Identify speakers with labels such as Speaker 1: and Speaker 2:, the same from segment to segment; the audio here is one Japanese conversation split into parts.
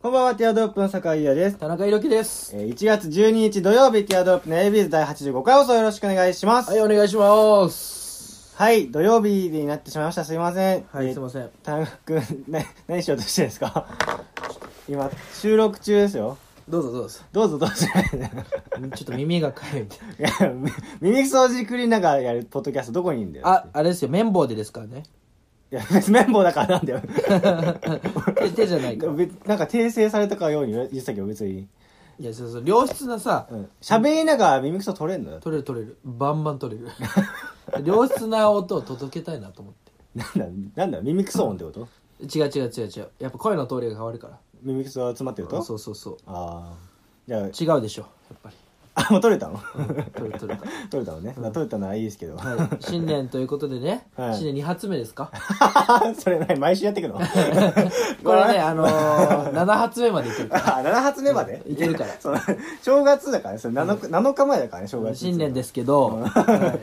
Speaker 1: こんばんは、ティアドロップの坂井優也です。
Speaker 2: 田中裕樹です。
Speaker 1: えー1月12日土曜日、ティアドロップの ABS 第85回放送よろしくお願いします。
Speaker 2: は
Speaker 1: はい
Speaker 2: い、、お願いします。
Speaker 1: 土曜日になってしまいました。すいません。
Speaker 2: はい、すい
Speaker 1: ま
Speaker 2: ません。
Speaker 1: せん。田中君、な何しようとしてるんですか 今、収録中ですよ。
Speaker 2: どうぞどうぞ。
Speaker 1: どうぞどうぞ。
Speaker 2: ちょっと耳がかゆい みたい
Speaker 1: いや耳掃除クリーナーがやるポッドキャストどこにいんだよ。
Speaker 2: な。あ、あれですよ、綿棒でですから ね。
Speaker 1: いや、別に綿棒だからなんだよ。
Speaker 2: 手手じゃないから。
Speaker 1: 別なんか訂正されたかように言ってたけど、別に。
Speaker 2: いや、そうそう、良質なさ
Speaker 1: う、ん喋りながら耳くそ取れんのよ。
Speaker 2: 取れる取れる。バンバン取れる。 良質な音を届けたいなと思っ
Speaker 1: なんだ、なんだ、耳くそ音ってこと
Speaker 2: て。違う違う違う違う。やっぱ声の通りが変わるから。
Speaker 1: 耳くそが詰まってると
Speaker 2: そうそうそう。
Speaker 1: ああじゃ
Speaker 2: 違うでしょ、やっぱり。
Speaker 1: ああもう取れたの
Speaker 2: 取れ取れた。
Speaker 1: 取れたのね、まあ、取れたのはいいですけど、
Speaker 2: はい、新年ということでね、
Speaker 1: はい
Speaker 2: 新年2発目ですか
Speaker 1: それ何毎週やっていく の
Speaker 2: これね、あのー、7発目までいけるから
Speaker 1: あ7発目まで
Speaker 2: うんいけるから
Speaker 1: その正月だからねそれ 7, 日7日前だからね正月
Speaker 2: 新年ですすけど、は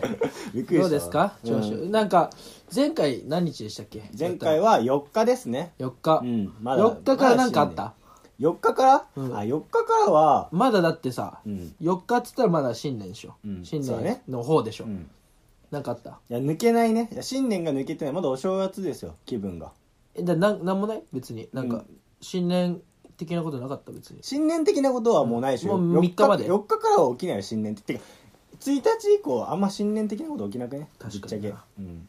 Speaker 2: い
Speaker 1: びっくりした
Speaker 2: どうですか
Speaker 1: うん
Speaker 2: 調子、なんか前回何日でしたっけ
Speaker 1: 前回は4日ですね
Speaker 2: 4日、
Speaker 1: うんまだ
Speaker 2: 4日から何かあった
Speaker 1: 4日から、
Speaker 2: うん
Speaker 1: あ4日からは
Speaker 2: まだだってさ、
Speaker 1: うん
Speaker 2: 4日っつったらまだ新年でしょ、
Speaker 1: うん
Speaker 2: 新
Speaker 1: そうだ
Speaker 2: 年
Speaker 1: ね
Speaker 2: の方でしょ、
Speaker 1: うん
Speaker 2: なんかあった
Speaker 1: いや抜けないねいや新年が抜けてないまだお正月ですよ気分が
Speaker 2: えだなんなんもない別になん
Speaker 1: う
Speaker 2: か新年的なことなかった別に
Speaker 1: 新年的なことはもうないし、
Speaker 2: もう
Speaker 1: 4
Speaker 2: 3日まで
Speaker 1: 4日からは起きないよ新年っててか1日以降あんま新年的なこと起きなくね
Speaker 2: 確か
Speaker 1: ぶっ
Speaker 2: に
Speaker 1: ち
Speaker 2: な
Speaker 1: ゃけ、うん、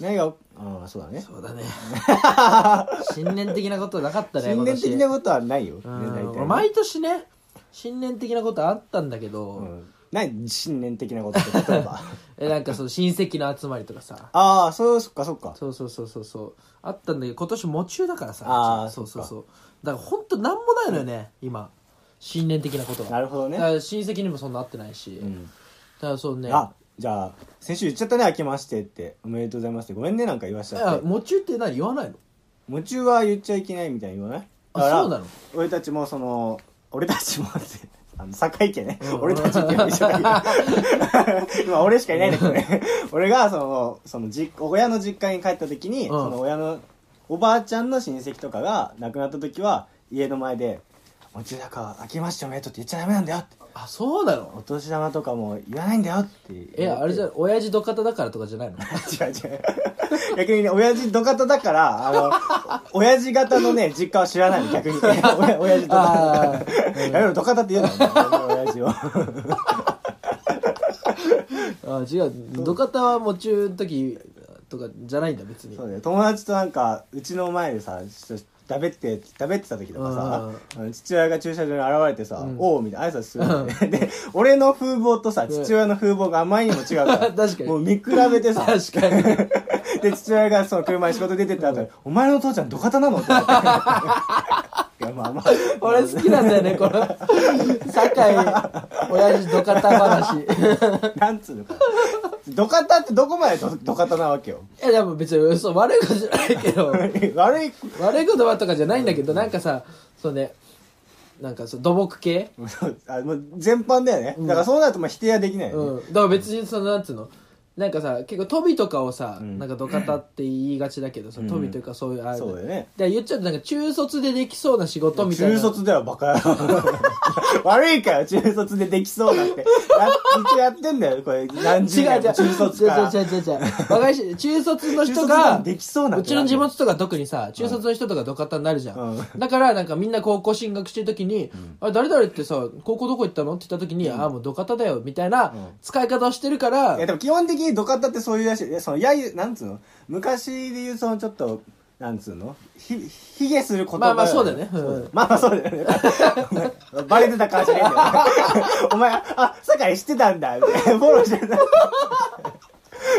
Speaker 1: 何がああそうだね
Speaker 2: そ うだね新年的なことなかったね
Speaker 1: 新年的な
Speaker 2: こ
Speaker 1: ことはないよ、ね、
Speaker 2: と
Speaker 1: 大体ね
Speaker 2: 毎年ね新年的なことあったんだけど、
Speaker 1: うん、何新年的なことって例えば
Speaker 2: えなんかその親戚の集まりとかさ
Speaker 1: ああそうそっかそっか
Speaker 2: そうそうそうそうそうあったんだけど今年喪中だからさ
Speaker 1: あー
Speaker 2: そう
Speaker 1: そっ
Speaker 2: そう
Speaker 1: か
Speaker 2: そうだから本当なんもないのよね今新年的なことが
Speaker 1: なるほどね
Speaker 2: だから親戚にもそんな会ってないし、
Speaker 1: うん
Speaker 2: だからそうね
Speaker 1: あじゃあ先週言っちゃったね「明けまして」って「おめでとうございます」ってごめんねなんか言わし
Speaker 2: い
Speaker 1: ちゃ
Speaker 2: や
Speaker 1: って
Speaker 2: 喪中って何言わないの
Speaker 1: 夢中は言っちゃいけないみたいに言わない
Speaker 2: あ
Speaker 1: だから
Speaker 2: そうなの
Speaker 1: 俺たちもその俺たちもってあの坂井家ね、
Speaker 2: うん
Speaker 1: 俺たち家も一緒だけ ど今俺しかいないんだけどね俺がそのその実親の実家に帰った時に、
Speaker 2: ん
Speaker 1: その親のおばあちゃんの親戚とかが亡くなった時は家の前で「もちだか明けましておめでとう」って言っちゃダメなんだよって
Speaker 2: あそうな
Speaker 1: お
Speaker 2: の
Speaker 1: 年玉とかも言わないんだよって言って
Speaker 2: えあれじゃ親父土方だからとかじ ゃないの
Speaker 1: 違う違う逆にね親父土方だからあの親父型のね実家は知らないの 逆に親親父土方
Speaker 2: あ ー
Speaker 1: やめろ、ドカタって言うな、お前親父を。
Speaker 2: あ違 う土方は喪中の時とかじゃないんだ別に
Speaker 1: そうだよ、友達となんか、うちの前でさ、ちょっとだべって、だべってた時とかさ、あの父親が駐車場に現れてさ、
Speaker 2: ん
Speaker 1: おう、みたいな挨拶するのね。で、俺の風貌とさ、
Speaker 2: ね
Speaker 1: 父親の風貌があまりにも違うから、
Speaker 2: 確かに
Speaker 1: もう見比べてさ、
Speaker 2: 確かに
Speaker 1: で、父親がその車に仕事出てった後に、お前の父ちゃんドカタなのって 思って。いや、まあまあ。
Speaker 2: 俺好きなんだよねこの酒井親父土方話
Speaker 1: なんつうのかな。ドカタってどこまでドドカタなわけよ。
Speaker 2: いやでも別にそう悪いことじゃないけど
Speaker 1: 悪い、
Speaker 2: 悪い言葉とかじゃないんだけどなんかさそうねなんかそう土木系
Speaker 1: そうあもう全般だよね、だからそうなるとまあ否定はできないよね、
Speaker 2: うんだから別にそのなんつうのなんかさ結構飛びとかをさ、なんかどかたって言いがちだけどさ、飛びというかそういうあれ
Speaker 1: そうだよね
Speaker 2: で言っちゃうとなんか中卒でできそうな仕事みたいな
Speaker 1: 中卒ではバカ野郎 悪いから中卒でできそうなんてや一応やってんだよこれ何
Speaker 2: 違
Speaker 1: 十
Speaker 2: う
Speaker 1: 年
Speaker 2: 違う
Speaker 1: も中卒から
Speaker 2: 違う違う違う違う若いし中卒の人
Speaker 1: 中卒
Speaker 2: が
Speaker 1: できそうな子
Speaker 2: ちの地元とか特にさ中卒の人とかどかたになるじゃん、
Speaker 1: うん
Speaker 2: だからなんかみんな高校進学してる時に「あ誰々ってさ高校どこ行ったの?」って言った時に「ああもうどかただよ」みたいな使い方をしてるから、
Speaker 1: いやでも基本的にドカタってそういうらしいいやそのやゆなんつうの昔で言うそのちょっとなんつうのひひげする言葉
Speaker 2: まあまあそうだよね
Speaker 1: そう
Speaker 2: うん
Speaker 1: まあまあそうだよねお前バレてたかもしれんけどお前あ酒井知ってたんだみたいなフォローしてた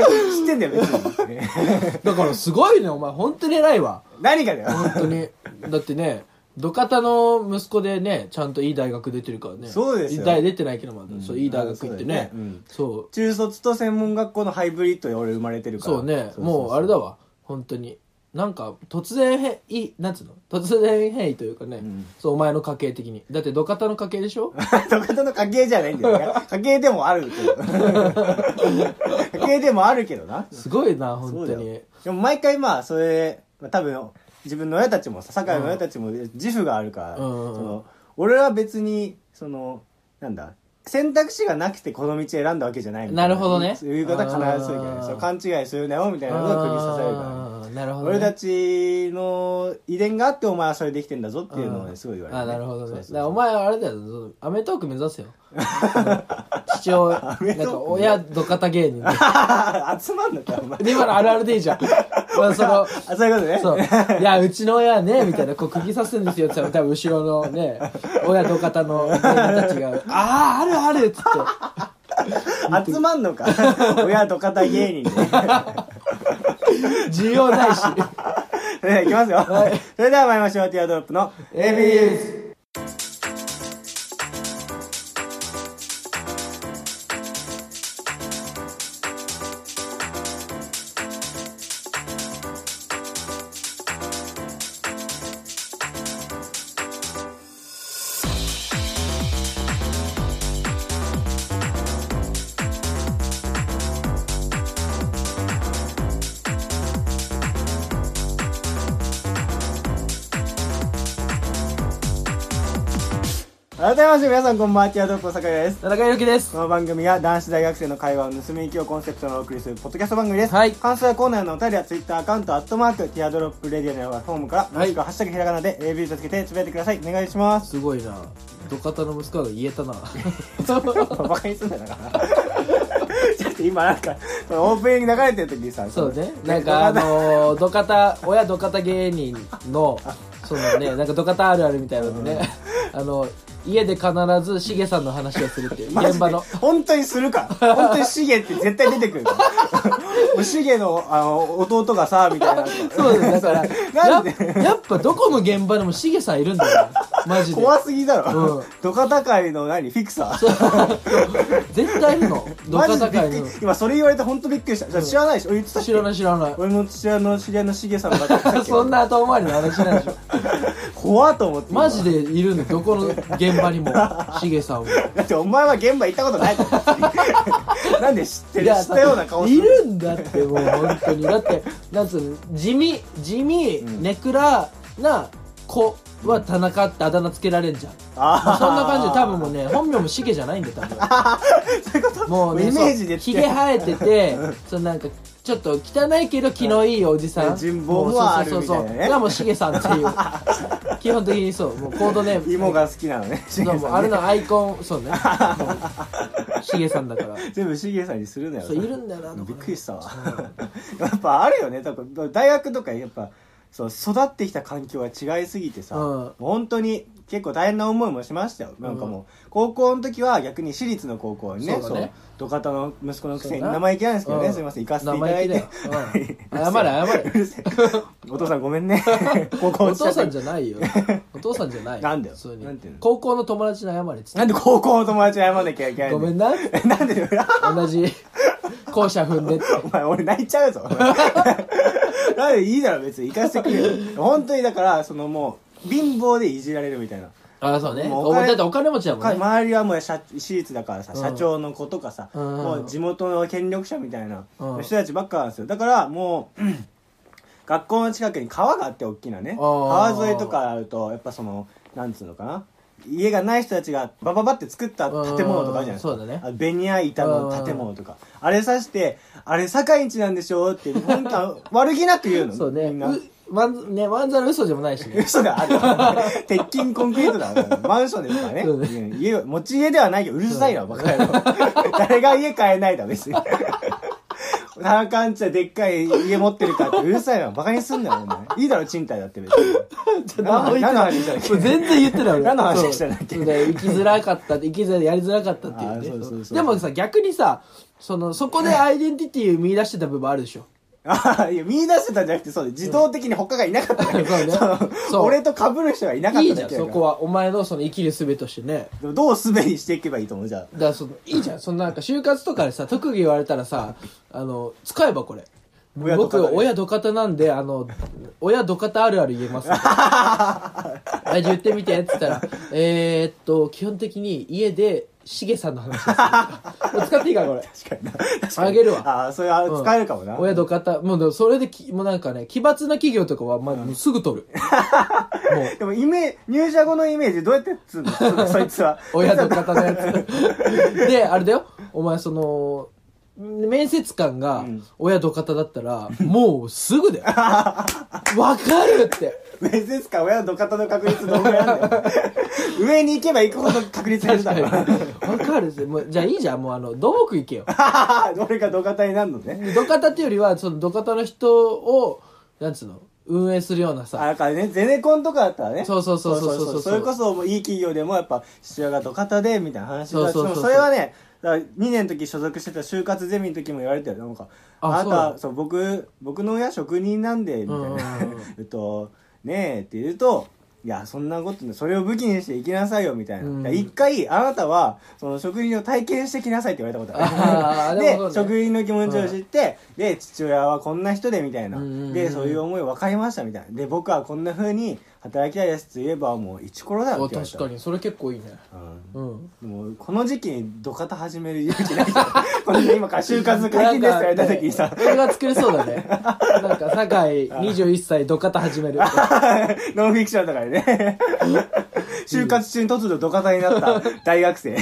Speaker 1: 知ってんだよ別に
Speaker 2: だからすごいねお前本当に偉いわ
Speaker 1: 何がだよ
Speaker 2: 本当にだってね土方の息子でねちゃんといい大学出てるからね
Speaker 1: そうですよ
Speaker 2: 大出てないけどまだ、そういい大学行ってね
Speaker 1: あそうだよねうん
Speaker 2: そう
Speaker 1: 中卒と専門学校のハイブリッドで俺生まれてるから
Speaker 2: そうねもうあれだ
Speaker 1: わ
Speaker 2: わ本当になんか突然変異なんつうの突然変異というかね、そうお前の家系的にだって土方の家系でしょ
Speaker 1: ドカドの家系じゃないんだよね家系でもあるけ ど家系でもあるけどな
Speaker 2: すごいな本
Speaker 1: そうだ
Speaker 2: 当
Speaker 1: よ
Speaker 2: に
Speaker 1: でも毎回まあそれまあ多分自分の親たちもさ堺の親たちも自負があるから、
Speaker 2: うんうんうん
Speaker 1: その俺は別にそのなんだ選択肢がなくてこの道選んだわけじゃないみたい
Speaker 2: なるほどね
Speaker 1: そういう言い方は必ずするけど
Speaker 2: あ
Speaker 1: ね
Speaker 2: ー
Speaker 1: そう勘違いするなよみたいなのが首刺されるからね、
Speaker 2: あーなるほどね
Speaker 1: 俺たちの遺伝があってお前はそれできてんだぞっていうのをねすごい言われ
Speaker 2: あ
Speaker 1: る、
Speaker 2: なるほどね
Speaker 1: そう
Speaker 2: だ
Speaker 1: そうそう
Speaker 2: からお前はあれだよアメトーーク目 指せよ父親
Speaker 1: アメ
Speaker 2: な
Speaker 1: トーークね
Speaker 2: んか親どかた 芸人
Speaker 1: 集まんのかお前
Speaker 2: で今のあるあるでいいじ ゃんまあその
Speaker 1: あそういうことね
Speaker 2: そう。いや、うちの親はね、みたいな、こう、釘刺すんですよって言ったら、多分後ろのね、親と方の芸人たちが、ああ、あるあるっつって。
Speaker 1: 集まんの か親と肩芸人で
Speaker 2: 需要ないし。
Speaker 1: それではいきますよ、それでは参りましょうティアドロップの
Speaker 2: エビーズ
Speaker 1: 改めまして皆さんこんばんはティアドロップの酒井です
Speaker 2: 田中裕樹です
Speaker 1: こ。の番組は男子大学生の会話を盗み聞きをコンセプトにお送りするポッドキャスト番組です、
Speaker 2: はい
Speaker 1: 関西コーナーのお便りはツイッターアカウントアットマークティアドロップレディオのフォームから、もしくはハッシュタグひらがなで AB とつけてつぶやいてくださいお願いします
Speaker 2: すごいな。土方の息子が言えたな。
Speaker 1: バカにすんだよだから。 ちょっと今なんか、そのオープニング流れてる時にさ、
Speaker 2: そうね。
Speaker 1: その
Speaker 2: なんか、あ、のー、土方、親土方芸人の、そのね、なんか土方あるあるみたいなのでね、あの、家で必ずしげさんの話をするっていう、
Speaker 1: マジで
Speaker 2: 現場の。
Speaker 1: 本当にするから。本当にシゲって絶対出てくるから。 もうシゲの、あの、弟がさ、みたいな。
Speaker 2: そうです、だから、
Speaker 1: なんで
Speaker 2: やっやっぱどこの現場でもしげさんいるんだよね。マジで。
Speaker 1: 怖すぎだろ。
Speaker 2: うん
Speaker 1: ドカタ界の何フィクサー。
Speaker 2: 絶対いるの。土
Speaker 1: マジ
Speaker 2: 方
Speaker 1: でびっ
Speaker 2: 界
Speaker 1: くり
Speaker 2: の。
Speaker 1: 今それ言われて本当びっくりした。知らないでしょ俺言ってたっけ
Speaker 2: 知らない知らない。
Speaker 1: 俺の父親の知り合いのシゲさんだったっけ
Speaker 2: そんな後回りの話なんでしょ。
Speaker 1: 怖っと思って。 今
Speaker 2: マジでいるの、どこの現場 にも、しげさんは。
Speaker 1: だってお前は現場行ったことないだ ろなんで知って
Speaker 2: い
Speaker 1: る知
Speaker 2: や
Speaker 1: ったような顔す
Speaker 2: い
Speaker 1: る
Speaker 2: るんだってもう本当にだってなんつうの地味地味ネクラな子は田中ってあだ名つけられんじゃん、ま
Speaker 1: あ
Speaker 2: あそんな感じで多分もう ね本名もシゲじゃないんだよ多分もうね
Speaker 1: イメージで
Speaker 2: ひげ生えててそのなんかちょっと汚いけど気のいいおじさん
Speaker 1: 人望もある
Speaker 2: そうそうそう
Speaker 1: みたい
Speaker 2: そ
Speaker 1: うなね
Speaker 2: がもうシゲさんっていう 基本的にそうもうコードネーム
Speaker 1: 芋が好きなのねシ
Speaker 2: そ
Speaker 1: ゲ
Speaker 2: うもうあ
Speaker 1: さん
Speaker 2: れ
Speaker 1: ね
Speaker 2: のアイコ ンそうねもうシゲさんだから
Speaker 1: 全部シゲさんにするなよ
Speaker 2: そういるんだよな
Speaker 1: びっくりしたわ やっぱあるよね多分大学とかやっぱそう育ってきた環境が違いすぎてさ、
Speaker 2: うん
Speaker 1: 本当に結構大変な思いもしましたよ、なんかもう高校の時は逆に私立の高校にね
Speaker 2: そうだね
Speaker 1: 土方の息子のくせに
Speaker 2: そうだな
Speaker 1: 生意気なんですけどね、
Speaker 2: うん
Speaker 1: すいません行かせていただいて
Speaker 2: 生 意気だようん謝れ謝れ
Speaker 1: うるせえお父さんごめん ね高校
Speaker 2: お
Speaker 1: 落ちちゃ
Speaker 2: 父
Speaker 1: っ
Speaker 2: さ
Speaker 1: た
Speaker 2: んじゃないよ。 お父さんじゃない。
Speaker 1: なんだよ
Speaker 2: 普通に
Speaker 1: なんていうの
Speaker 2: 高校の友達に謝れっつっ
Speaker 1: なんで高校の友達に謝んなきゃいけない
Speaker 2: て。
Speaker 1: の
Speaker 2: ごめんな。
Speaker 1: え なんでだよ
Speaker 2: 同じ 校舎踏んでって。
Speaker 1: お前俺泣いちゃうぞ なんでいいだろ別に行かせてくれよ本当にだからそのもう貧乏でいじられるみたいな、
Speaker 2: ああ、そうね。
Speaker 1: もう
Speaker 2: お
Speaker 1: お金
Speaker 2: だってお金持ちだもんね。
Speaker 1: 周りはもう社私立だからさ、
Speaker 2: うん
Speaker 1: 社長の子とかさ、
Speaker 2: うん
Speaker 1: もう地元の権力者みたいな
Speaker 2: うん
Speaker 1: 人たちばっかなんですよだからもう、うん学校の近くに川があって大きなね
Speaker 2: あー
Speaker 1: 川沿いとかあるとやっぱそのなんつうのかな家がない人たちがバババって作った建物とかあるじゃないですか、
Speaker 2: うんそうだね
Speaker 1: あベニヤ板の建物とか、あれさしてあれ堺んちなんでしょって本当は悪気なく言うの
Speaker 2: そうね。
Speaker 1: みんな
Speaker 2: うまん、ね、まんざら嘘でもない しね。
Speaker 1: 嘘があ る鉄筋コンクリートだからマンションですからね
Speaker 2: そうね
Speaker 1: うん家は持ち家ではないけどうるさいなバカ野郎誰が家買えないだ別に田中んちはでっかい家持ってるからってうるさいなバカにすんなよお前いいだろ賃貸だって別に
Speaker 2: もう
Speaker 1: 何の話したっけ
Speaker 2: 全然言ってない俺。
Speaker 1: 何の話したんだっけ
Speaker 2: そうそう生きづらかったって、生きづらい、やりづらかったっていうね
Speaker 1: あーそうそうそうそう
Speaker 2: でもさ、逆にさ、その、そこでアイデンティティを見出してた部分あるでしょ。
Speaker 1: ああいや見出してたんじゃなくてそうで自動的に他がいなかっただけ
Speaker 2: そうね
Speaker 1: そう
Speaker 2: そう
Speaker 1: 俺と被る人がいなかっ
Speaker 2: い
Speaker 1: た
Speaker 2: いじ
Speaker 1: だ
Speaker 2: ゃん、
Speaker 1: けだ
Speaker 2: そ
Speaker 1: か
Speaker 2: こ
Speaker 1: ら
Speaker 2: は。お前のその生きる術としてね。
Speaker 1: でもどう滑りしていけばいいと思うじゃあ
Speaker 2: だからそのいいじゃんそんななんか就活とかでさ特技言われたらさあの使えばこれ
Speaker 1: 親土方
Speaker 2: 僕親土方なんであの親土方あるある言えます あじゃあ言ってみてっつったらえー、っと基本的に家でしげさんの話ですもう使っていいからこれ
Speaker 1: 確かにな。確かに
Speaker 2: あげるわ
Speaker 1: ああ、それあ
Speaker 2: うん
Speaker 1: 使えるかもな。
Speaker 2: 親と方もうでもそれできもうなんかね奇抜な企業とかは、まあ、もうす ぐ取るもう
Speaker 1: でもイメージ、入社後のイメージどうやってつんのそいつは。
Speaker 2: 親の 方のやつであれだよお前その面接官が
Speaker 1: ん
Speaker 2: 親の方だったら、もうす ぐだよわかるって
Speaker 1: 面接官親の土方の確率どんぐらいあんだよ。 上に行けば行くほど確率減る
Speaker 2: 確
Speaker 1: だ
Speaker 2: かに
Speaker 1: ろ。
Speaker 2: わかるぜもうじゃあいいじゃんもうあの土木行けよ
Speaker 1: 俺が土方になるのね。
Speaker 2: 土方っていうよりはその土方の人をなんつうの運営するような
Speaker 1: あ、
Speaker 2: さ
Speaker 1: だからね、ゼネコンとかだったらね。
Speaker 2: そうそうそうそうそう
Speaker 1: それこそ、もういい企業でもやっぱ、父親が土方で、みたいな話だ
Speaker 2: そう
Speaker 1: し、で
Speaker 2: そうそう
Speaker 1: もそれはね、だ2年の時所属してた就活ゼミの時も言われてたよ。なんか、
Speaker 2: あ
Speaker 1: あ
Speaker 2: そう
Speaker 1: な
Speaker 2: なの
Speaker 1: た、そう、僕、僕の親職人なんで、みたい
Speaker 2: うんうんうん
Speaker 1: な。 えっと、ねえって言うと、いや、そんなことね、それを武器にしていきなさいよ、みたいな。
Speaker 2: うん
Speaker 1: だから一回、あなたは、その職人を体験してきなさいって言われたことあ
Speaker 2: あー
Speaker 1: る。
Speaker 2: で
Speaker 1: で
Speaker 2: も、そうね
Speaker 1: 職人の気持ちを知って、で、父親はこんな人で、みたいな
Speaker 2: うんうんうん。
Speaker 1: で、そういう思い分かりました、みたいな。で、僕はこんな風に働きたいですって言えば、もう、一コロだよ
Speaker 2: あ
Speaker 1: って言われた。
Speaker 2: 確かにそれ結構いいねうん
Speaker 1: うん。もう、この時期に土方始める勇気ない じゃん。この今から就活解禁ですって言われた時にさ、
Speaker 2: 映画作れそうだねなんか酒井21歳土方 始める
Speaker 1: ノンフィクションとかで ね。就活中に突如土方になった大学生。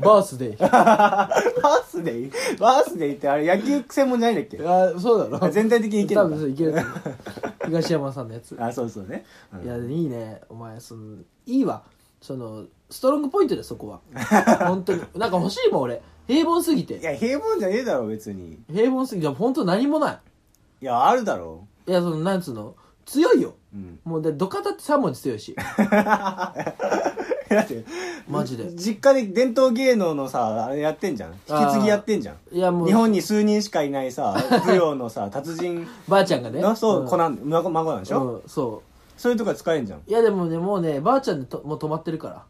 Speaker 2: バースデー
Speaker 1: バースデーバースデーってあれ野球専門じゃないんだっけ
Speaker 2: あそうだろ
Speaker 1: あ全体的にいける
Speaker 2: 多
Speaker 1: の
Speaker 2: 分そういける と思う東山さんのやつ、
Speaker 1: あ、そうそうね。うん
Speaker 2: いやいいねお前そのいいわそのストロングポイントでそこは 本当になんか欲しいもん俺平凡すぎ
Speaker 1: い
Speaker 2: て
Speaker 1: や、平凡じゃねえだろ、別に。
Speaker 2: 平凡すぎて本当何もない
Speaker 1: いや、あるだろ。
Speaker 2: いやそのなんつうの強いよ
Speaker 1: うん。
Speaker 2: もうで土方って3文字強い し
Speaker 1: だって、
Speaker 2: マジで
Speaker 1: 実家で伝統芸能のさ、あれやってんじゃん。引
Speaker 2: あー
Speaker 1: き継ぎやってんじゃん。
Speaker 2: いやもう
Speaker 1: 日本に数人しかいないさ、舞踊のさ、達人
Speaker 2: ばあちゃ んがね
Speaker 1: の、そう、子
Speaker 2: ん
Speaker 1: なん、孫孫なんでしょ
Speaker 2: うん、そう
Speaker 1: そういうとこ使えんじゃん。
Speaker 2: いやでもねもうねばあちゃんでともう止まってるから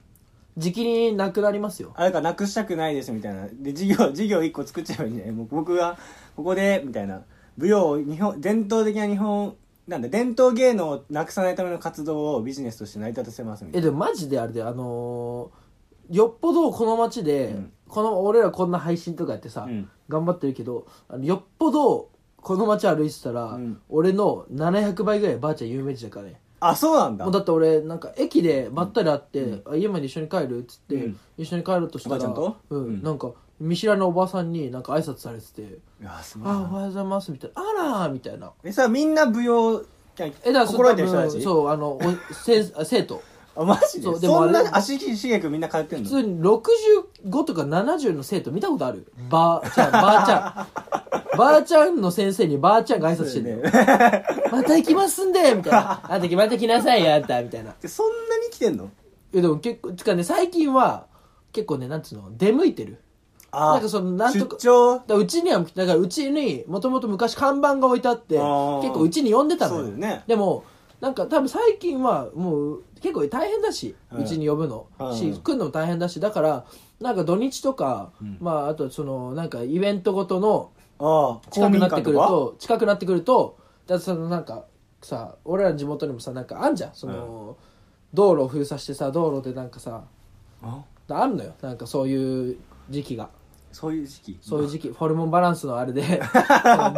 Speaker 2: じきになくなりますよ
Speaker 1: あれか、なくしたくないですみたいな。で、授業、授業1個作っちゃえばいいんじゃないもう僕が、ここで、みたいな。舞踊を、日本、伝統的な日本、なんだ、伝統芸能をなくさないための活動をビジネスとして成り立たせますみた
Speaker 2: え
Speaker 1: いな。
Speaker 2: でもマジであれであのーよっぽどこの街で、
Speaker 1: うん
Speaker 2: この俺らこんな配信とかやってさ、
Speaker 1: うん
Speaker 2: 頑張ってるけどあのよっぽどこの街歩いてたら、
Speaker 1: うん
Speaker 2: 俺の700倍ぐらいばあちゃん有名人だからね
Speaker 1: あ、そうなんだ
Speaker 2: もう。だって俺なんか駅でばったり会って、あ家まで一緒に帰るっつって、
Speaker 1: うん
Speaker 2: 一緒に帰ろうとしたら
Speaker 1: おばあちゃんと
Speaker 2: うん
Speaker 1: うん
Speaker 2: なんか見知らぬおばさんになんか挨拶されてて
Speaker 1: いや、す
Speaker 2: 「
Speaker 1: ごい
Speaker 2: あお
Speaker 1: な。
Speaker 2: はようございます」みたいな「あら」みたいな
Speaker 1: え、さ、みんな舞踊、
Speaker 2: えだから
Speaker 1: 心得てる人た
Speaker 2: 多分
Speaker 1: ち
Speaker 2: そうあのおせ生徒
Speaker 1: あ、マジで
Speaker 2: そ
Speaker 1: そう
Speaker 2: でもあ
Speaker 1: ん
Speaker 2: れ
Speaker 1: な、足しげくみんな通ってん
Speaker 2: 普
Speaker 1: の
Speaker 2: 通に65とか70の生徒見たことあるばあちゃんばあちゃんばあちゃんの先生にばあちゃんが挨拶してるのよ、また行きますんでみたいなあんたまた来なさいよあんたみたいない
Speaker 1: でそんなに来てんの
Speaker 2: やでも結構つかね最近は結構ねなんつうの出向いてる
Speaker 1: あ
Speaker 2: なんかそのなんと
Speaker 1: 出
Speaker 2: か
Speaker 1: 張
Speaker 2: だからうちにはだからうちにもともと昔看板が置いてあって
Speaker 1: あ
Speaker 2: 結
Speaker 1: ー
Speaker 2: 構うちに呼んでたの
Speaker 1: そうだよね
Speaker 2: でもなんか多分最近はもう結構大変だし
Speaker 1: うん
Speaker 2: うちに呼ぶの、
Speaker 1: うん
Speaker 2: し来るのも大変だしだからなんか土日とか、まああとそのなんかイベントごとの
Speaker 1: ああ
Speaker 2: 近くなってくる
Speaker 1: 公民館
Speaker 2: と近くなってくるとだってそのなんかさ俺らの地元にもさなんかあんじゃんその、道路を封鎖してさ道路でなんかさ
Speaker 1: とかあ
Speaker 2: あんのよなんかそういう時期が
Speaker 1: そういう時期
Speaker 2: そういう時期、ホルモンバランスのあ れで、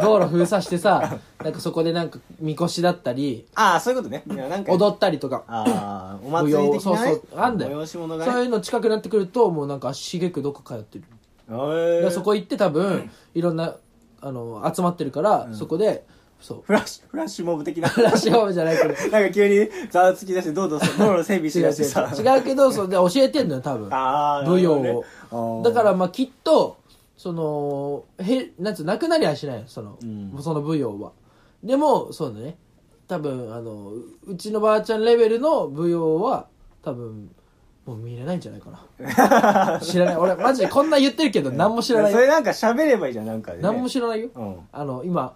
Speaker 2: 道路封鎖してさ、なんかそこでなんか、みこしだったり、
Speaker 1: ああそういうことねいやなんか
Speaker 2: 踊ったりとか、
Speaker 1: ああお祭り的
Speaker 2: そう
Speaker 1: なね
Speaker 2: そう、あんだよ。
Speaker 1: 催し物が
Speaker 2: そう
Speaker 1: ね
Speaker 2: いうの近くなってくると、もうなんか足しげくどこか通ってる。
Speaker 1: へ
Speaker 2: で
Speaker 1: え
Speaker 2: そこ行って多分、いろんな、あの、集まってるから、そこで、そう、
Speaker 1: フラッシュフラッシュモブ的な
Speaker 2: フラッシュモブじゃないけど、
Speaker 1: なんか急にざわつき出してどうぞ道路整備し
Speaker 2: 違う
Speaker 1: だしてさ
Speaker 2: 違う違うけど、それで教えてんのよ、多分。
Speaker 1: ああ
Speaker 2: 舞踊を。だかららまあきっと、その、へ、なんつう、なくなりはしないよ、その、
Speaker 1: うん
Speaker 2: その舞踊は。でも、そうだね。多分、あの、ううちのばあちゃんレベルの舞踊は、多分、もう見れないんじゃないかな。知らない。俺、マジでこんな言ってるけど、何も知らない
Speaker 1: そ。れなんか喋ればいいじゃんなんかでね
Speaker 2: 何も知らないよ。
Speaker 1: うん
Speaker 2: あの、今、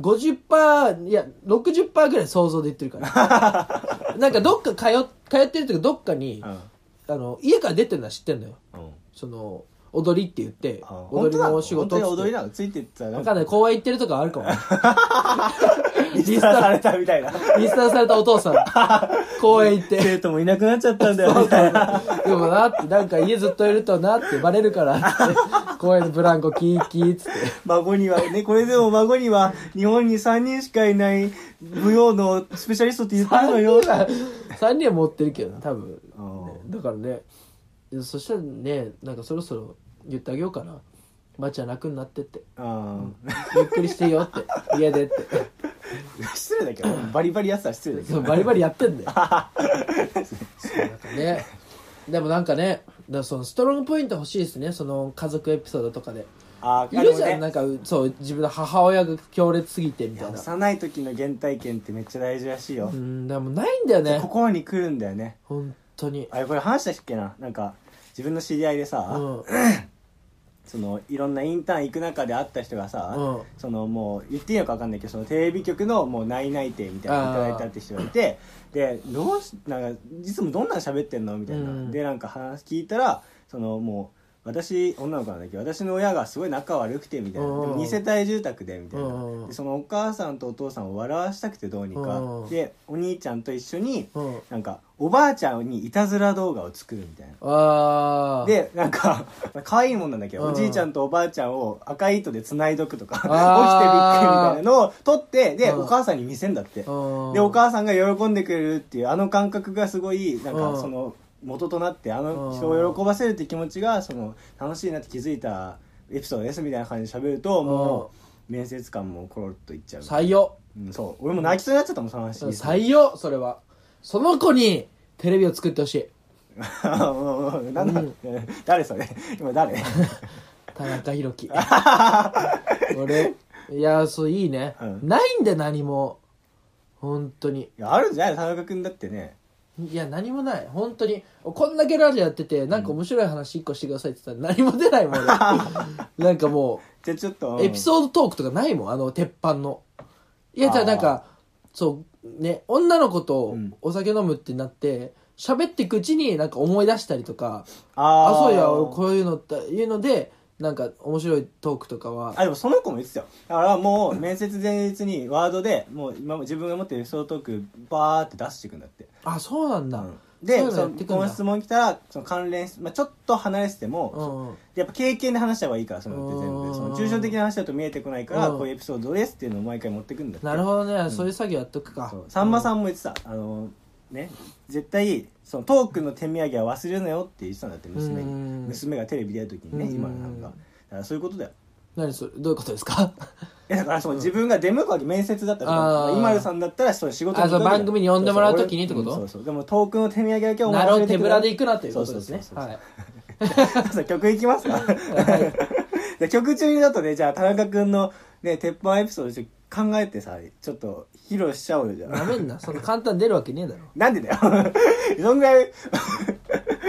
Speaker 2: 50%、いや、60%ぐらい想像で言ってる から。なんかどっか通っ、通ってるというか、どっかに、
Speaker 1: うん
Speaker 2: あの、家から出てるのは知ってんのよ。
Speaker 1: うん
Speaker 2: その踊りって言って
Speaker 1: あー
Speaker 2: 踊りのお仕
Speaker 1: 本当
Speaker 2: 事
Speaker 1: なの本当に踊
Speaker 2: っつっ
Speaker 1: り
Speaker 2: て
Speaker 1: なのついてったらな
Speaker 2: 分
Speaker 1: ん
Speaker 2: か
Speaker 1: か
Speaker 2: んない公園行ってるとかあるかもね
Speaker 1: リスターされたみたいな。
Speaker 2: 見捨てされたお父さん。 公園行って。
Speaker 1: 生徒もいなくなっちゃったんだよ、みたいな。
Speaker 2: でもなって、なんか家ずっといるとなってバレるからって、公園のブランコキーキーっつって。
Speaker 1: 孫には、ね、これでも孫には、日本に3人しかいない舞踊のスペシャリストって言ってるのよ
Speaker 2: 3。人は、三人は持ってるけどな、多分。
Speaker 1: う
Speaker 2: だからね、そしたらね、なんかそろそろ言ってあげようかな。ばあちゃん楽になってって。
Speaker 1: うん。
Speaker 2: ゆっくりしてよって。家でって。
Speaker 1: 失礼だけど、バリバリやってたら失礼だけ
Speaker 2: そ
Speaker 1: ど。
Speaker 2: うバリバリやってんだ よ。そうなんかね。でもなんかね、だからそのストロングポイント欲しいですね。その家族エピソードとかで。
Speaker 1: あー
Speaker 2: いるじゃん、
Speaker 1: あの
Speaker 2: なん
Speaker 1: ね
Speaker 2: かうそう自分の母親が強烈すぎてみたいな
Speaker 1: 幼い時の原体験ってめっちゃ大事らしいよ
Speaker 2: う。んでもないんだよね
Speaker 1: 心に来るんだよね。
Speaker 2: 本当に
Speaker 1: あれ、これ話したっけななんか、自分の知り合いで
Speaker 2: う
Speaker 1: さ、
Speaker 2: ん
Speaker 1: その、いろんなインターン行く中で会った人がさ
Speaker 2: うん、
Speaker 1: その、もう、言っていいのか分かんないけど、その、テレビ局の、もう、内内定みたいなのいただいたって人がいて、で、どうし、なんか、いつもどんなん喋ってんのみたいな。
Speaker 2: うん
Speaker 1: で、なんか話聞いたら、その、もう、私、女の子なんだけど、私の親がすごい仲悪くて、みたいな。で
Speaker 2: うん
Speaker 1: も、2世帯住宅で、みたい
Speaker 2: うん
Speaker 1: な。で、その、お母さんとお父さんを笑わしたくて、どうに
Speaker 2: う
Speaker 1: か
Speaker 2: ん。
Speaker 1: で、お兄ちゃんと一緒に、
Speaker 2: うん
Speaker 1: なんか、おばあちゃんにいたずら動画を作るみたいな。
Speaker 2: ああ
Speaker 1: で、なんか、可愛いもんなんだけど、
Speaker 2: うん
Speaker 1: おじいちゃんとおばあちゃんを赤い糸で繋いどくとか、起きてびっ
Speaker 2: あー
Speaker 1: くりみたいなのを撮って、で、
Speaker 2: うん
Speaker 1: お母さんに見せんだって。で、
Speaker 2: うん
Speaker 1: お母さんが喜んでくれるっていう、あの感覚がすごい、なん
Speaker 2: う
Speaker 1: か、
Speaker 2: ん
Speaker 1: その、元となって、あの人を喜ばせるって気持ちが、その、楽しいなって気づいたエピソードですみたいな感じで喋ると、もう、面接官もコロッといっちゃう。
Speaker 2: 採用
Speaker 1: うん、そう。俺も泣きそうになっちゃったもん、その話に。
Speaker 2: 採用それはその子にテレビを作ってほしい
Speaker 1: うんなんだ、 誰それ今誰
Speaker 2: 田中裕 樹俺いやそういいね、
Speaker 1: うん
Speaker 2: ないんで何も本当に
Speaker 1: いやあるんじゃない田中君だってね
Speaker 2: いや何もない本当にこんだけラジオやっててなんか面白い話一個してくださいって言ったら何も出ないもん 俺なんかもう
Speaker 1: じゃあちょっと
Speaker 2: エピソードトークとかないもん、あの、鉄板の。いや、じ
Speaker 1: あ
Speaker 2: ゃあ
Speaker 1: ー
Speaker 2: なんか、そう、ね、女の子と
Speaker 1: うん
Speaker 2: お酒飲むってなって、喋っていくうちになんか思い出したりとか、
Speaker 1: ーあ
Speaker 2: あ、
Speaker 1: ー
Speaker 2: そういや、俺こういうのって、いうので、なんか面白いトークとかは、
Speaker 1: あでもその子も言ってたよだからもう面接前日にワードでもう今も自分が持ってるエピソードトークバーって出していくんだって、
Speaker 2: あ、そうなんだ。
Speaker 1: で
Speaker 2: そういうのや
Speaker 1: そ
Speaker 2: って
Speaker 1: の
Speaker 2: く
Speaker 1: こ
Speaker 2: ん
Speaker 1: の
Speaker 2: だ。
Speaker 1: 質問来たらその関連し、まあ、ちょっと離れてても、
Speaker 2: うんうん
Speaker 1: やっぱ経験で話した方がいいからそのって全
Speaker 2: う
Speaker 1: 部
Speaker 2: ん
Speaker 1: その抽象的な話だと見えてこないから
Speaker 2: うん
Speaker 1: こういうエピソードですっていうのを毎回持ってくんだって
Speaker 2: なるほどね、そういう作業やっとくか
Speaker 1: そう。さんまさんも言ってた、あのね絶対そのトークの手土産は忘れるなよって言ってたんだって娘に
Speaker 2: うん
Speaker 1: 娘がテレビ出る時にね
Speaker 2: うん
Speaker 1: 今のなんかだからそういうことだよ
Speaker 2: 何それ、どういうことですか
Speaker 1: いやだからその自分が出向くわけ面接だった
Speaker 2: あ
Speaker 1: ら
Speaker 2: ー
Speaker 1: 今るさんだったらそう仕事
Speaker 2: あそ
Speaker 1: 行
Speaker 2: う
Speaker 1: くわけ
Speaker 2: 番組に呼んでもらう時にってこと
Speaker 1: そうそうそうでもトークの手土産だけはお
Speaker 2: な
Speaker 1: 前
Speaker 2: るほ
Speaker 1: 忘
Speaker 2: ど、
Speaker 1: れて
Speaker 2: 手
Speaker 1: く
Speaker 2: ぶ
Speaker 1: れ
Speaker 2: らで行くなっていうことですね。
Speaker 1: そうそうそうそう
Speaker 2: はい。
Speaker 1: さあ曲いき ますかで曲中だと ねじゃあ田中君のね鉄板エピソードちょっと考えてさちょっと披露しちゃおうよじゃ
Speaker 2: な
Speaker 1: あ
Speaker 2: めんな、そんな簡単に出るわけね えだろ。
Speaker 1: なんでだよそんぐらい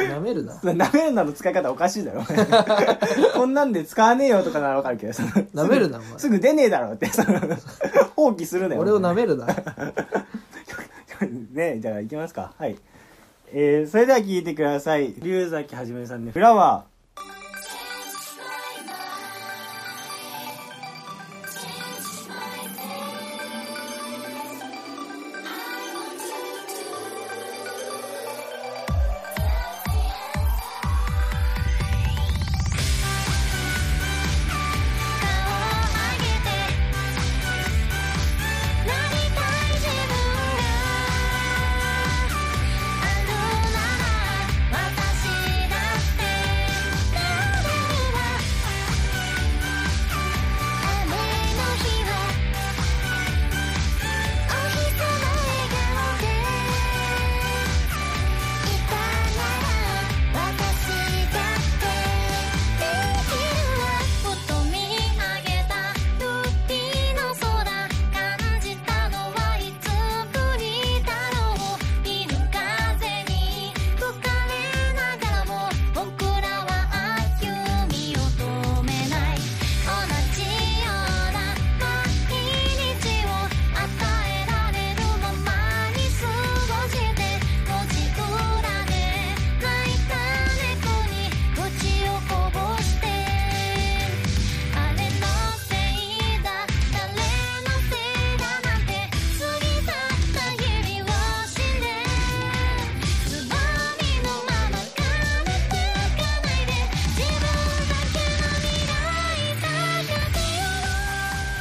Speaker 2: なめるな。
Speaker 1: なめるなの使い方おかしいだ ろ、お前こんなんで使わねえよとかならわかるけど、な
Speaker 2: 舐めるなお前
Speaker 1: すぐ出ねえだろ って、その放棄するなよ。
Speaker 2: 俺をな
Speaker 1: め
Speaker 2: めるな。
Speaker 1: ねじゃあ行きますか。はい。えー、それでは聞いてください。龍崎はじめさんで、フラワー。
Speaker 3: 「なりたい自分になりたい」「あのなら私だって」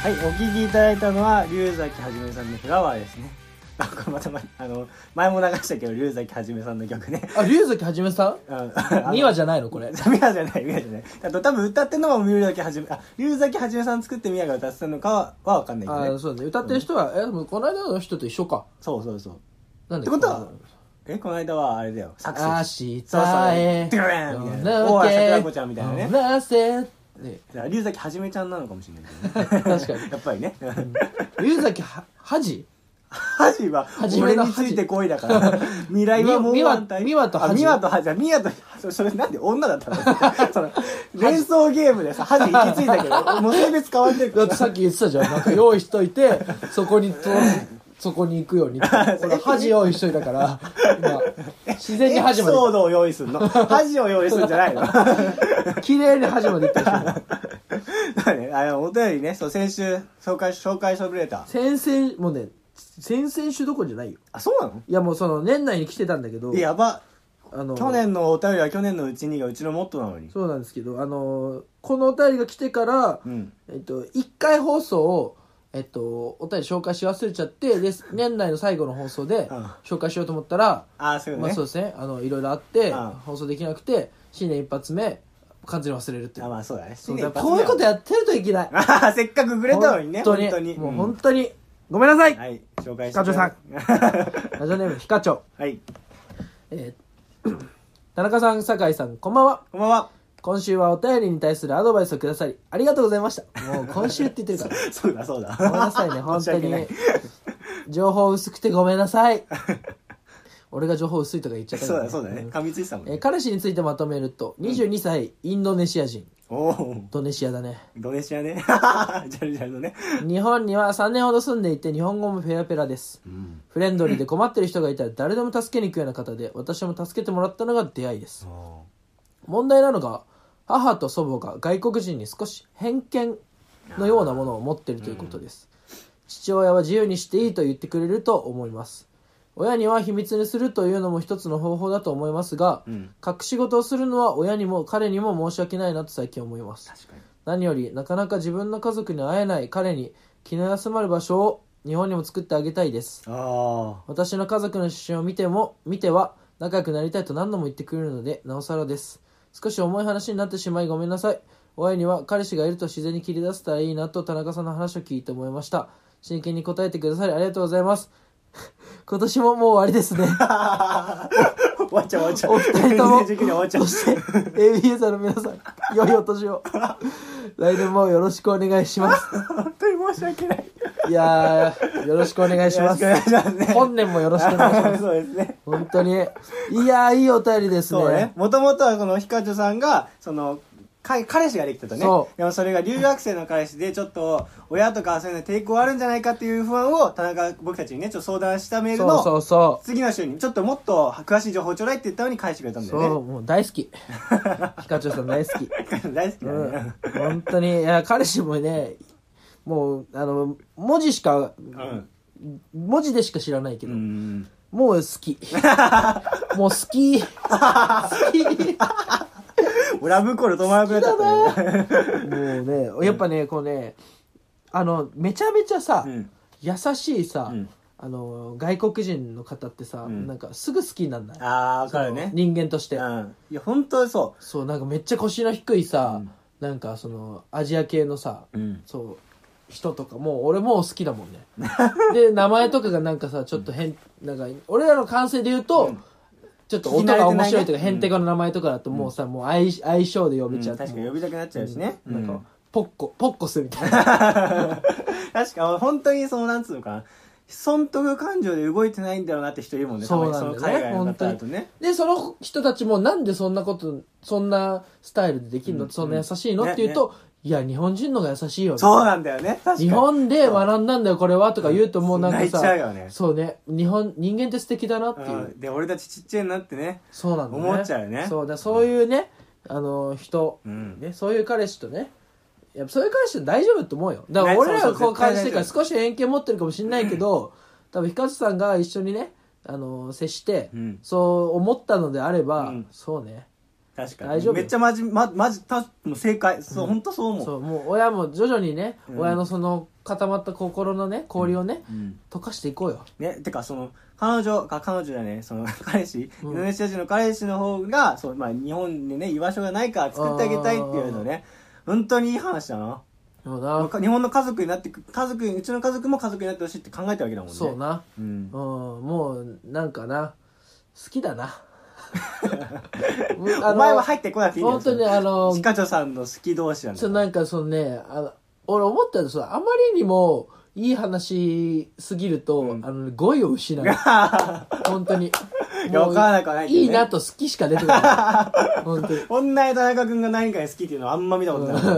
Speaker 1: はい、お聞きいただいたのは、龍崎はじめさんのフラワーですね。 あ、これまた前、あの、前も流したけど、龍崎はじめさんの曲ね。
Speaker 2: あ龍崎はじめさ
Speaker 1: うん
Speaker 2: んミワじゃないのこれ
Speaker 1: ミヤじゃない、ミヤじゃない。あと多分歌ってんのは龍崎はじめ、あ、龍崎はじめさん作ってミヤが歌ってたのかははわかんないけ
Speaker 2: あ
Speaker 1: ど
Speaker 2: ー
Speaker 1: ね。
Speaker 2: そうだね歌ってる人は、えでもこの間の人と一緒か
Speaker 1: そうそうそう。
Speaker 2: なん
Speaker 1: っ
Speaker 2: で
Speaker 1: てことは、え、この間はあれだよ、サクセス。
Speaker 2: 明日へ
Speaker 1: そうそうドゥーンみたいな
Speaker 2: どんけ
Speaker 1: 大原桜子ちゃんみたいなね
Speaker 2: どんせね
Speaker 1: だから龍崎はじめちゃんなのかもしれないけどね。
Speaker 2: 確かに
Speaker 1: やっぱりね。
Speaker 2: 龍崎は恥
Speaker 1: 恥は
Speaker 2: 初め
Speaker 1: 俺
Speaker 2: の
Speaker 1: につ
Speaker 2: 恥
Speaker 1: いて恋だから未来はもう
Speaker 2: みみわ
Speaker 1: 反対
Speaker 2: みわと恥
Speaker 1: あみわと恥あみわとそそれなんで女だったの その連想ゲームでさ恥行き着いたけどもう性別変わってるから
Speaker 2: だ ってさっき言ってたじゃんなんか用意しといてそこにとそこに行くようにって 俺恥用意しといたから今自然に
Speaker 1: エピ
Speaker 2: 恥まで
Speaker 1: ソードを用意するの恥を用意するんじゃないの
Speaker 2: 綺麗に恥まで行ったでしょ今
Speaker 1: そうねあのお便りねそう先週紹介紹介しそぶれた
Speaker 2: 先々もうね先々週どころじゃないよ
Speaker 1: あそうなの
Speaker 2: いやもうその年内に来てたんだけど
Speaker 1: でやば
Speaker 2: あの
Speaker 1: 去年のお便りは去年のうちにがうちのモットーなのに
Speaker 2: そうなんですけどあのこのお便りが来てから、
Speaker 1: うん
Speaker 2: えっと、1回放送を、えっと、お便り紹介し忘れちゃってで年内の最後の放送で
Speaker 1: うん
Speaker 2: 紹介しようと思ったら、
Speaker 1: ああそういう
Speaker 2: ま
Speaker 1: の
Speaker 2: あ、
Speaker 1: ね
Speaker 2: そうですねあのいろいろあって、
Speaker 1: うん
Speaker 2: 放送できなくて新年一発目完全に忘れるっていう
Speaker 1: あまあそうだね
Speaker 2: そうだからこういうことやってるといけない
Speaker 1: あせっかくくれたのにね本当に
Speaker 2: もう本当に、ごめんなさい、
Speaker 1: はい紹介し
Speaker 2: 課長さんラジオネームひかちょ
Speaker 1: はい
Speaker 2: う、えー 田中さん酒井さんこんばんは
Speaker 1: こんばんは。
Speaker 2: 今週はお便りに対するアドバイスをくださりありがとうございましたもう今週って言ってるか ら
Speaker 1: そうだそうだ。
Speaker 2: ごめんなさいね本
Speaker 1: 申し
Speaker 2: 当
Speaker 1: 訳ない
Speaker 2: に情報薄くてごめんな さい俺が情報薄いとか言っちゃった
Speaker 1: そ
Speaker 2: か
Speaker 1: う
Speaker 2: ら
Speaker 1: だそうだね。噛みついてたもん
Speaker 2: えー
Speaker 1: ね。
Speaker 2: 彼氏についてまとめると22歳、インドネシア人
Speaker 1: おお。
Speaker 2: インドネシアだね
Speaker 1: インドネシアね。ジ ャルジャルのね。
Speaker 2: 日本には3年ほど住んでいて日本語もペラペラです、
Speaker 1: ん
Speaker 2: フレンドリーで困ってる人がいたら誰でも助けに行くような方で私も助けてもらったのが出会いです問題なのが母と祖母が外国人に少し偏見のようなものを持っているということです、父親は自由にしていいと言ってくれると思います親には秘密にするというのも一つの方法だと思いますが、
Speaker 1: うん
Speaker 2: 隠し事をするのは親にも彼にも申し訳ないなと最近思います
Speaker 1: 確かに。
Speaker 2: 何よりなかなか自分の家族に会えない彼に気の休まる場所を日本にも作ってあげたいです
Speaker 1: あ
Speaker 2: 私の家族の写真を見ても見ては仲良くなりたいと何度も言ってくれるのでなおさらです少し重い話になってしまいごめんなさい親には彼氏がいると自然に切り出せたらいいなと田中さんの話を聞いて思いました真剣に答えてくださりありがとうございます 今年ももう終わりですね
Speaker 1: あ。 終わっちゃう終わっちゃう。
Speaker 2: お二人とも
Speaker 1: 全然終 わっちゃう
Speaker 2: そ。して ABS の皆さん良いお年を来年もよろしくお願いします
Speaker 1: 本当に申し訳ない。
Speaker 2: いやー、よろしくお願いします。
Speaker 1: よろしくお願いしますね
Speaker 2: 本年もよろしくお願いします。
Speaker 1: そうですね。
Speaker 2: 本当に。いやー、いいお便りですね。
Speaker 1: そうね。もともとはこのヒカチョさんが、その、か彼氏ができたとね
Speaker 2: そ。
Speaker 1: でもそれが留学生の彼氏で、ちょっと、親とかそういうの抵抗あるんじゃないかっていう不安を、田中、僕たちにね、ちょっと相談したメール
Speaker 2: そう
Speaker 1: の、
Speaker 2: そうそ
Speaker 1: 次の週にちょっともっと詳しい情報ちょうだいって言ったのに返してくれた
Speaker 2: う。
Speaker 1: んだ
Speaker 2: そ
Speaker 1: よ
Speaker 2: う、もう 大好き。ヒカチョウさん大好き。
Speaker 1: ね大好き
Speaker 2: う
Speaker 1: だね
Speaker 2: ん、本当に、いや、彼氏もね、もう、あの、文字しか、
Speaker 1: うん
Speaker 2: 文字でしか知らないけ
Speaker 1: う
Speaker 2: ど、
Speaker 1: ん
Speaker 2: もう好 き。もう好き。好き。
Speaker 1: ラブコール止まらなくなっちゃったね
Speaker 2: もうね、やっぱね、こうね、あの、めちゃめちゃさ、
Speaker 1: うん
Speaker 2: 優しいさ、
Speaker 1: うん
Speaker 2: あの外国人の方ってさ、
Speaker 1: ん
Speaker 2: なんかすぐ好きになんない
Speaker 1: ああ分かるね
Speaker 2: 人間として、
Speaker 1: うんいや本当にそ
Speaker 2: そうなんかめっちゃ腰の低いさ、
Speaker 1: うん
Speaker 2: なんかそのアジア系のさ、
Speaker 1: ううん
Speaker 2: そう人とかもう俺もう好きだもんね で名前とかがなんかさちょっと変、なんか俺らの感性で言うと、ちょっと音が面白いとい
Speaker 1: 聞き慣れてな
Speaker 2: うか、
Speaker 1: いね
Speaker 2: へんてこの名前とかだともうさ、もう相相性で呼べちゃ
Speaker 1: 確
Speaker 2: って、
Speaker 1: かに呼びたくなっちゃうしね
Speaker 2: な
Speaker 1: うんん
Speaker 2: か、ポッコポッコスみた いな
Speaker 1: 確か本当にそのなんつうのかな損得感情で動いてないんだろうなって人いるもんねたまに
Speaker 2: そうなんだよね
Speaker 1: その海外の方だとね
Speaker 2: でその人たちもなんでそんなことそんなスタイルでできるの、そんな優しいの、
Speaker 1: ね
Speaker 2: って言うと、いや日本人のが優しいよ
Speaker 1: そうなんだよね確かに
Speaker 2: 日本で学んだんだよこれはとか言うともうなんか
Speaker 1: 泣いち
Speaker 2: さ
Speaker 1: ゃうよね
Speaker 2: そうね日本人間って素敵だなっていう、
Speaker 1: うんで俺たちちっちゃいなってね
Speaker 2: そうなんだね
Speaker 1: 思っちゃうよね
Speaker 2: そうだそういうね、あの人、
Speaker 1: うん
Speaker 2: ね、そういう彼氏とねやっぱそういう彼氏と大丈夫と思うよだから俺ら
Speaker 1: そ
Speaker 2: が
Speaker 1: うそう
Speaker 2: こう感じてるから
Speaker 1: 絶
Speaker 2: 少し偏見持ってるかもしれないけど多分光さんが一緒にねあの接して、
Speaker 1: うん
Speaker 2: そう思ったのであれば、
Speaker 1: うん
Speaker 2: そうね
Speaker 1: 確かに
Speaker 2: 大丈夫
Speaker 1: めっちゃまじままじたもう正解そう、本当そう思う
Speaker 2: そうもう親も徐々にね、
Speaker 1: うん
Speaker 2: 親のその固まった心のね氷をね、
Speaker 1: うん
Speaker 2: 溶かしていこうよ
Speaker 1: ね、てかその彼女か彼女だねその 彼氏、
Speaker 2: うん
Speaker 1: インドネシア人の彼氏の方がそう、まあ、日本にね居場所がないから作ってあげたいっていうのね本当にいい話だな
Speaker 2: そうな、
Speaker 1: 日本の家族になってく家族うちの家族も家族になってほしいって考えたわけだもんね
Speaker 2: そうな
Speaker 1: うん
Speaker 2: うん、もうなんかな好き だなうんあの
Speaker 1: お前は入ってこなくていいんだよ
Speaker 2: 本当にあの
Speaker 1: シカチョさんの好き同士なんだ
Speaker 2: そうなんかそのねあの俺思ったんですよあまりにもいい話すぎると、あの語彙を 失う本当に
Speaker 1: いや
Speaker 2: もう
Speaker 1: わからなくはないけどね
Speaker 2: いいなと好きしか出てこ ない本当に
Speaker 1: 女や田中君が何かに好きっていうのはあんま見たことないから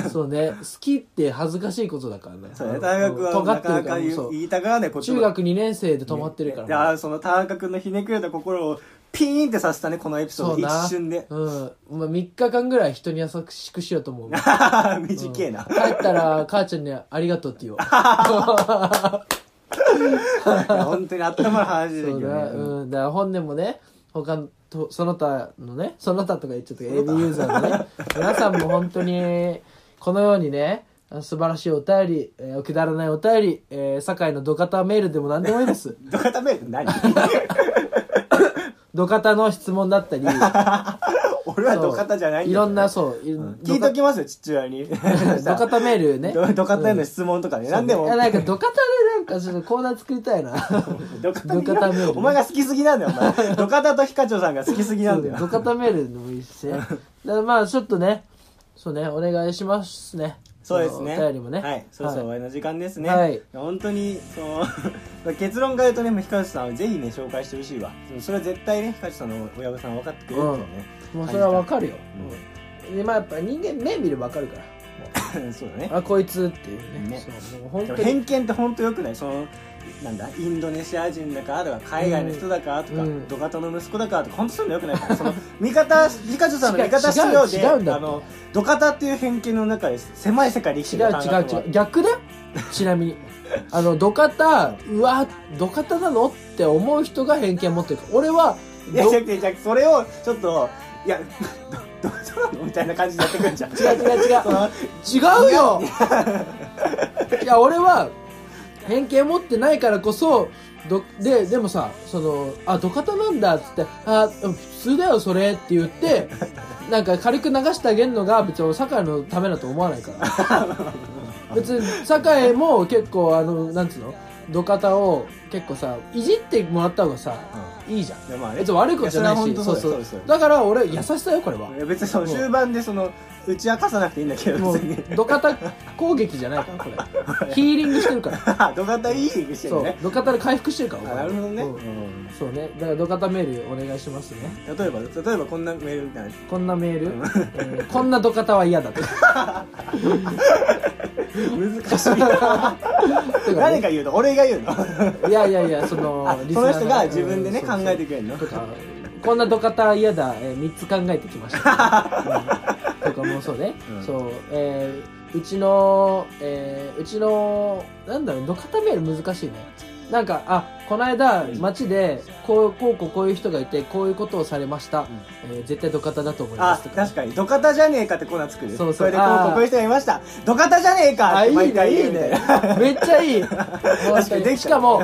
Speaker 1: ね、
Speaker 2: そうね好きって恥ずかしいことだからね
Speaker 1: そうね大学は
Speaker 2: 尖
Speaker 1: な
Speaker 2: って
Speaker 1: かな
Speaker 2: るか
Speaker 1: から言
Speaker 2: そう
Speaker 1: う言いたがらねこっち
Speaker 2: 中学2年生で止まってるから、
Speaker 1: いやその田中君のひねくれた心をピーンってさせたねこのエピソード
Speaker 2: な
Speaker 1: 一瞬で
Speaker 2: うん、まあ、3日間ぐらい人に優しくしようと思う
Speaker 1: 短えな、
Speaker 2: 帰ったら母ちゃんに「ありがとう」って言お
Speaker 1: い
Speaker 2: う
Speaker 1: や本当にあったまる話だけ
Speaker 2: そ
Speaker 1: ど
Speaker 2: う
Speaker 1: ね
Speaker 2: だ,、うん、だから本年もね他のとその他のねその他とか言っちゃったけど AB ユーザーの ね皆さんも本当にこのようにね素晴らしいお便り、えーくだらないお便り、えー、堺の土方メールでも何でもい いです
Speaker 1: どかためるって 何
Speaker 2: 土方の質問だっ たり
Speaker 1: 俺はどかたじゃないんだ
Speaker 2: い
Speaker 1: よ
Speaker 2: ろんなそういろ
Speaker 1: うん聞いときますよ父親に
Speaker 2: 土方メール ね
Speaker 1: どどかたへの質問とかね、何でも
Speaker 2: いやなんか土方でなんかちょっとコーナー作りた いな
Speaker 1: どかたに
Speaker 2: どかたメール
Speaker 1: お前が好きすぎなんだよお 前どかたとヒカチョさんが好きすぎなんだよ
Speaker 2: 土方メールでもいい しねだからまあちょっとねそうねお願いしますね
Speaker 1: そうですね。
Speaker 2: お便りもね
Speaker 1: はい。そろそろ終わりの時間ですね。
Speaker 2: はい
Speaker 1: 本当に、その、 結論から言うとね、もうヒカルさんはぜひね、紹介してほしいわ。それは絶対ね、ヒカルさんの親御さんは分かってくれるからね。
Speaker 2: もうそれはわかるよ、
Speaker 1: う
Speaker 2: でまあやっぱ人間目見ればわかるから
Speaker 1: そうだね。
Speaker 2: あこいつっていうね
Speaker 1: ね
Speaker 2: そうもう本
Speaker 1: で
Speaker 2: 当
Speaker 1: も
Speaker 2: に
Speaker 1: 偏見って本当よくないその、なんだインドネシア人だからとか海外の人だからとか、
Speaker 2: うん
Speaker 1: 土方の息子だからとか本当そういうのよくないからその味 方ヒカチョさんの
Speaker 2: 違
Speaker 1: 味
Speaker 2: う
Speaker 1: 方資料
Speaker 2: 違う違うん
Speaker 1: で
Speaker 2: だっ
Speaker 1: あ
Speaker 2: て
Speaker 1: の土方っていう偏見の中で狭い世界で生き
Speaker 2: 違
Speaker 1: て
Speaker 2: う
Speaker 1: る
Speaker 2: 違
Speaker 1: 感覚は
Speaker 2: う違う逆だよちなみにあの土方うわ土方なのって思う人が偏見持ってるから俺はい
Speaker 1: や、
Speaker 2: ど
Speaker 1: じゃじゃそれを、ちょっと、いや、ど、どうなのみたいな感じになってくるじゃん。違
Speaker 2: 違う違う違う
Speaker 1: その
Speaker 2: 違うよいや俺は偏見持ってないからこそどででもさそのあ土方なんだっつってあうん普通だよそれって言ってなんか軽く流してあげるのが別に酒井のためだと思わないから別に酒井も結構あのなんつうの土方を結構さいじってもらった方がさ、いいじゃん
Speaker 1: いやまあね
Speaker 2: 別に悪いことじゃないし
Speaker 1: いやそれは本当そうですそうです
Speaker 2: だから俺優しさよこれはい
Speaker 1: や別にその
Speaker 2: もう
Speaker 1: 終盤でその、打ち明かさなくていいんだけど、
Speaker 2: もう
Speaker 1: 別に。
Speaker 2: 土方攻撃じゃないからこれヒーリングしてるから
Speaker 1: どかたいいして
Speaker 2: そ
Speaker 1: る
Speaker 2: う
Speaker 1: ね。
Speaker 2: 土方で回復してるか
Speaker 1: あ
Speaker 2: ら
Speaker 1: なるほどね、
Speaker 2: うんそうねだから土方メールお願いしますね
Speaker 1: 例えば、例えばこんなメールみ たいな。
Speaker 2: こんなメール、えーこんな土方は 嫌だと
Speaker 1: 難しい。誰が言うの俺が言う の
Speaker 2: いやいやいやそ
Speaker 1: あ
Speaker 2: の
Speaker 1: その人が
Speaker 2: リス
Speaker 1: 自
Speaker 2: ナー
Speaker 1: 分でね、
Speaker 2: うん
Speaker 1: 考
Speaker 2: そうそう
Speaker 1: えてくれるの
Speaker 2: とかこんな土方は嫌だ、え3つ考えてきました、 うんとかもうそうね、
Speaker 1: うん
Speaker 2: そうえーうちの、えーうちのなんだろう土方メール難しいねなんかあこの間街でこうこうこうこういう人がいてこういうことをされました、えー絶対土方だと思いま
Speaker 1: あ
Speaker 2: すと、か
Speaker 1: 確かに、どかたじゃねえかってコーナー作る。
Speaker 2: そう
Speaker 1: こ
Speaker 2: そう
Speaker 1: れでこう
Speaker 2: あー
Speaker 1: こういう人がいました。どかたじゃねえか
Speaker 2: あ
Speaker 1: っ
Speaker 2: い
Speaker 1: て
Speaker 2: い
Speaker 1: 毎
Speaker 2: ね
Speaker 1: 回
Speaker 2: い
Speaker 1: 言
Speaker 2: いう
Speaker 1: みた い
Speaker 2: ね
Speaker 1: な。
Speaker 2: めっちゃいい
Speaker 1: 確かにできたね
Speaker 2: しかも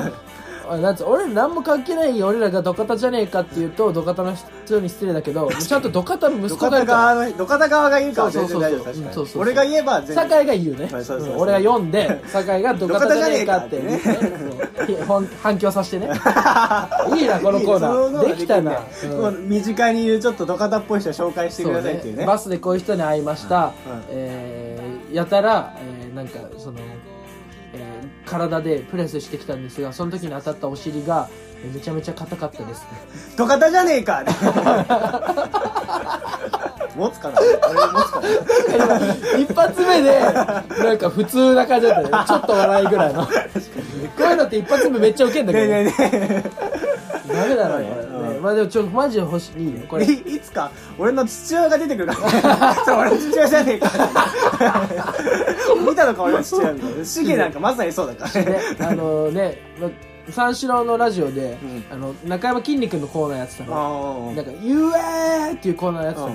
Speaker 2: あなんつう俺何も関係ない俺らが土方じゃねえかっていうと土方の人に失礼だけどちゃんと土方の息
Speaker 1: 土
Speaker 2: 子がい
Speaker 1: 方
Speaker 2: るから
Speaker 1: 側の、土方側が言うから
Speaker 2: そう
Speaker 1: 全然
Speaker 2: そうそう
Speaker 1: 大丈夫、確
Speaker 2: うんそうそ
Speaker 1: か
Speaker 2: うそ
Speaker 1: に。
Speaker 2: う
Speaker 1: 俺が言えば全然。
Speaker 2: 酒井が言うね
Speaker 1: はいそうそうそう
Speaker 2: うん俺が読んで酒井が「土方じゃねえか」って言うね
Speaker 1: 土方じ
Speaker 2: うんほん反響させてね いいなこのコーナ
Speaker 1: いいねその
Speaker 2: ーできたな
Speaker 1: できるね
Speaker 2: うん
Speaker 1: もう身近にいるちょっとどかたっぽい人を紹介して
Speaker 2: そ
Speaker 1: くだ
Speaker 2: う
Speaker 1: さいっていう
Speaker 2: ね
Speaker 1: ね
Speaker 2: バスでこういう人に会いました、
Speaker 1: うんうん
Speaker 2: えーやたら、えーなんかその、えー体でプレスしてきたんですがその時に当たったお尻がえーめちゃめちゃ硬かったです
Speaker 1: どかたじゃねえか持つかな俺持つかな
Speaker 2: 一発目でなんか普通な感じだったねちょっと笑いぐらいのこういうのって一発目めっちゃウケんだ
Speaker 1: ね
Speaker 2: けど、
Speaker 1: えねえね
Speaker 2: ダメだなこれ、
Speaker 1: うん
Speaker 2: ねまあでもちょっとマジで欲しいいいねこ
Speaker 1: え
Speaker 2: れ
Speaker 1: いいつか俺の父親が出てくるから ねそう俺の父親じゃねえか見たのか俺の父親みたいなシゲなんかまさにそうだからね
Speaker 2: ね、あのね、ま三四郎のラジオで、
Speaker 1: うん
Speaker 2: あの中山きんに君のコーナーやってたの
Speaker 1: あ
Speaker 2: なんか「ゆえー!」っていうコーナーやってたの、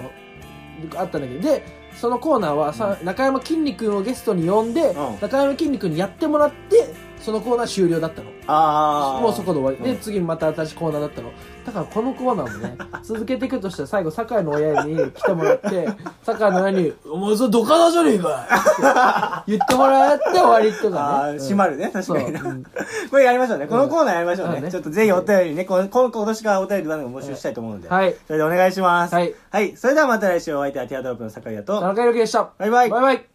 Speaker 2: あったんだけどでそのコーナーはさ、中山きんに君をゲストに呼んで、
Speaker 1: うん
Speaker 2: 中山きんに君にやってもらってそのコーナー終了だったの
Speaker 1: あー
Speaker 2: もうそこで終わり、
Speaker 1: う
Speaker 2: で
Speaker 1: ん
Speaker 2: 次にまた新しいコーナーだったのだからこのコーナーもね 続けていくとしたら最後酒井の親に来ても らって酒井の親に「お前それドカナじゃねえか!」 って言ってもらって終わりと
Speaker 1: あ
Speaker 2: か
Speaker 1: ー
Speaker 2: ね
Speaker 1: 閉まるね、確かにな。
Speaker 2: そううん
Speaker 1: これやりましょうね。このコーナーやりましょうね。
Speaker 2: うん
Speaker 1: ちょっとぜひお便りね、このこの今年からお便り番組募集したいと思うので。
Speaker 2: はい
Speaker 1: それでお願いします。
Speaker 2: はい。
Speaker 1: それではまた来週お相手はティアドロップの酒井だと。
Speaker 2: 田中裕樹でした
Speaker 1: バイバイ
Speaker 2: バイバイ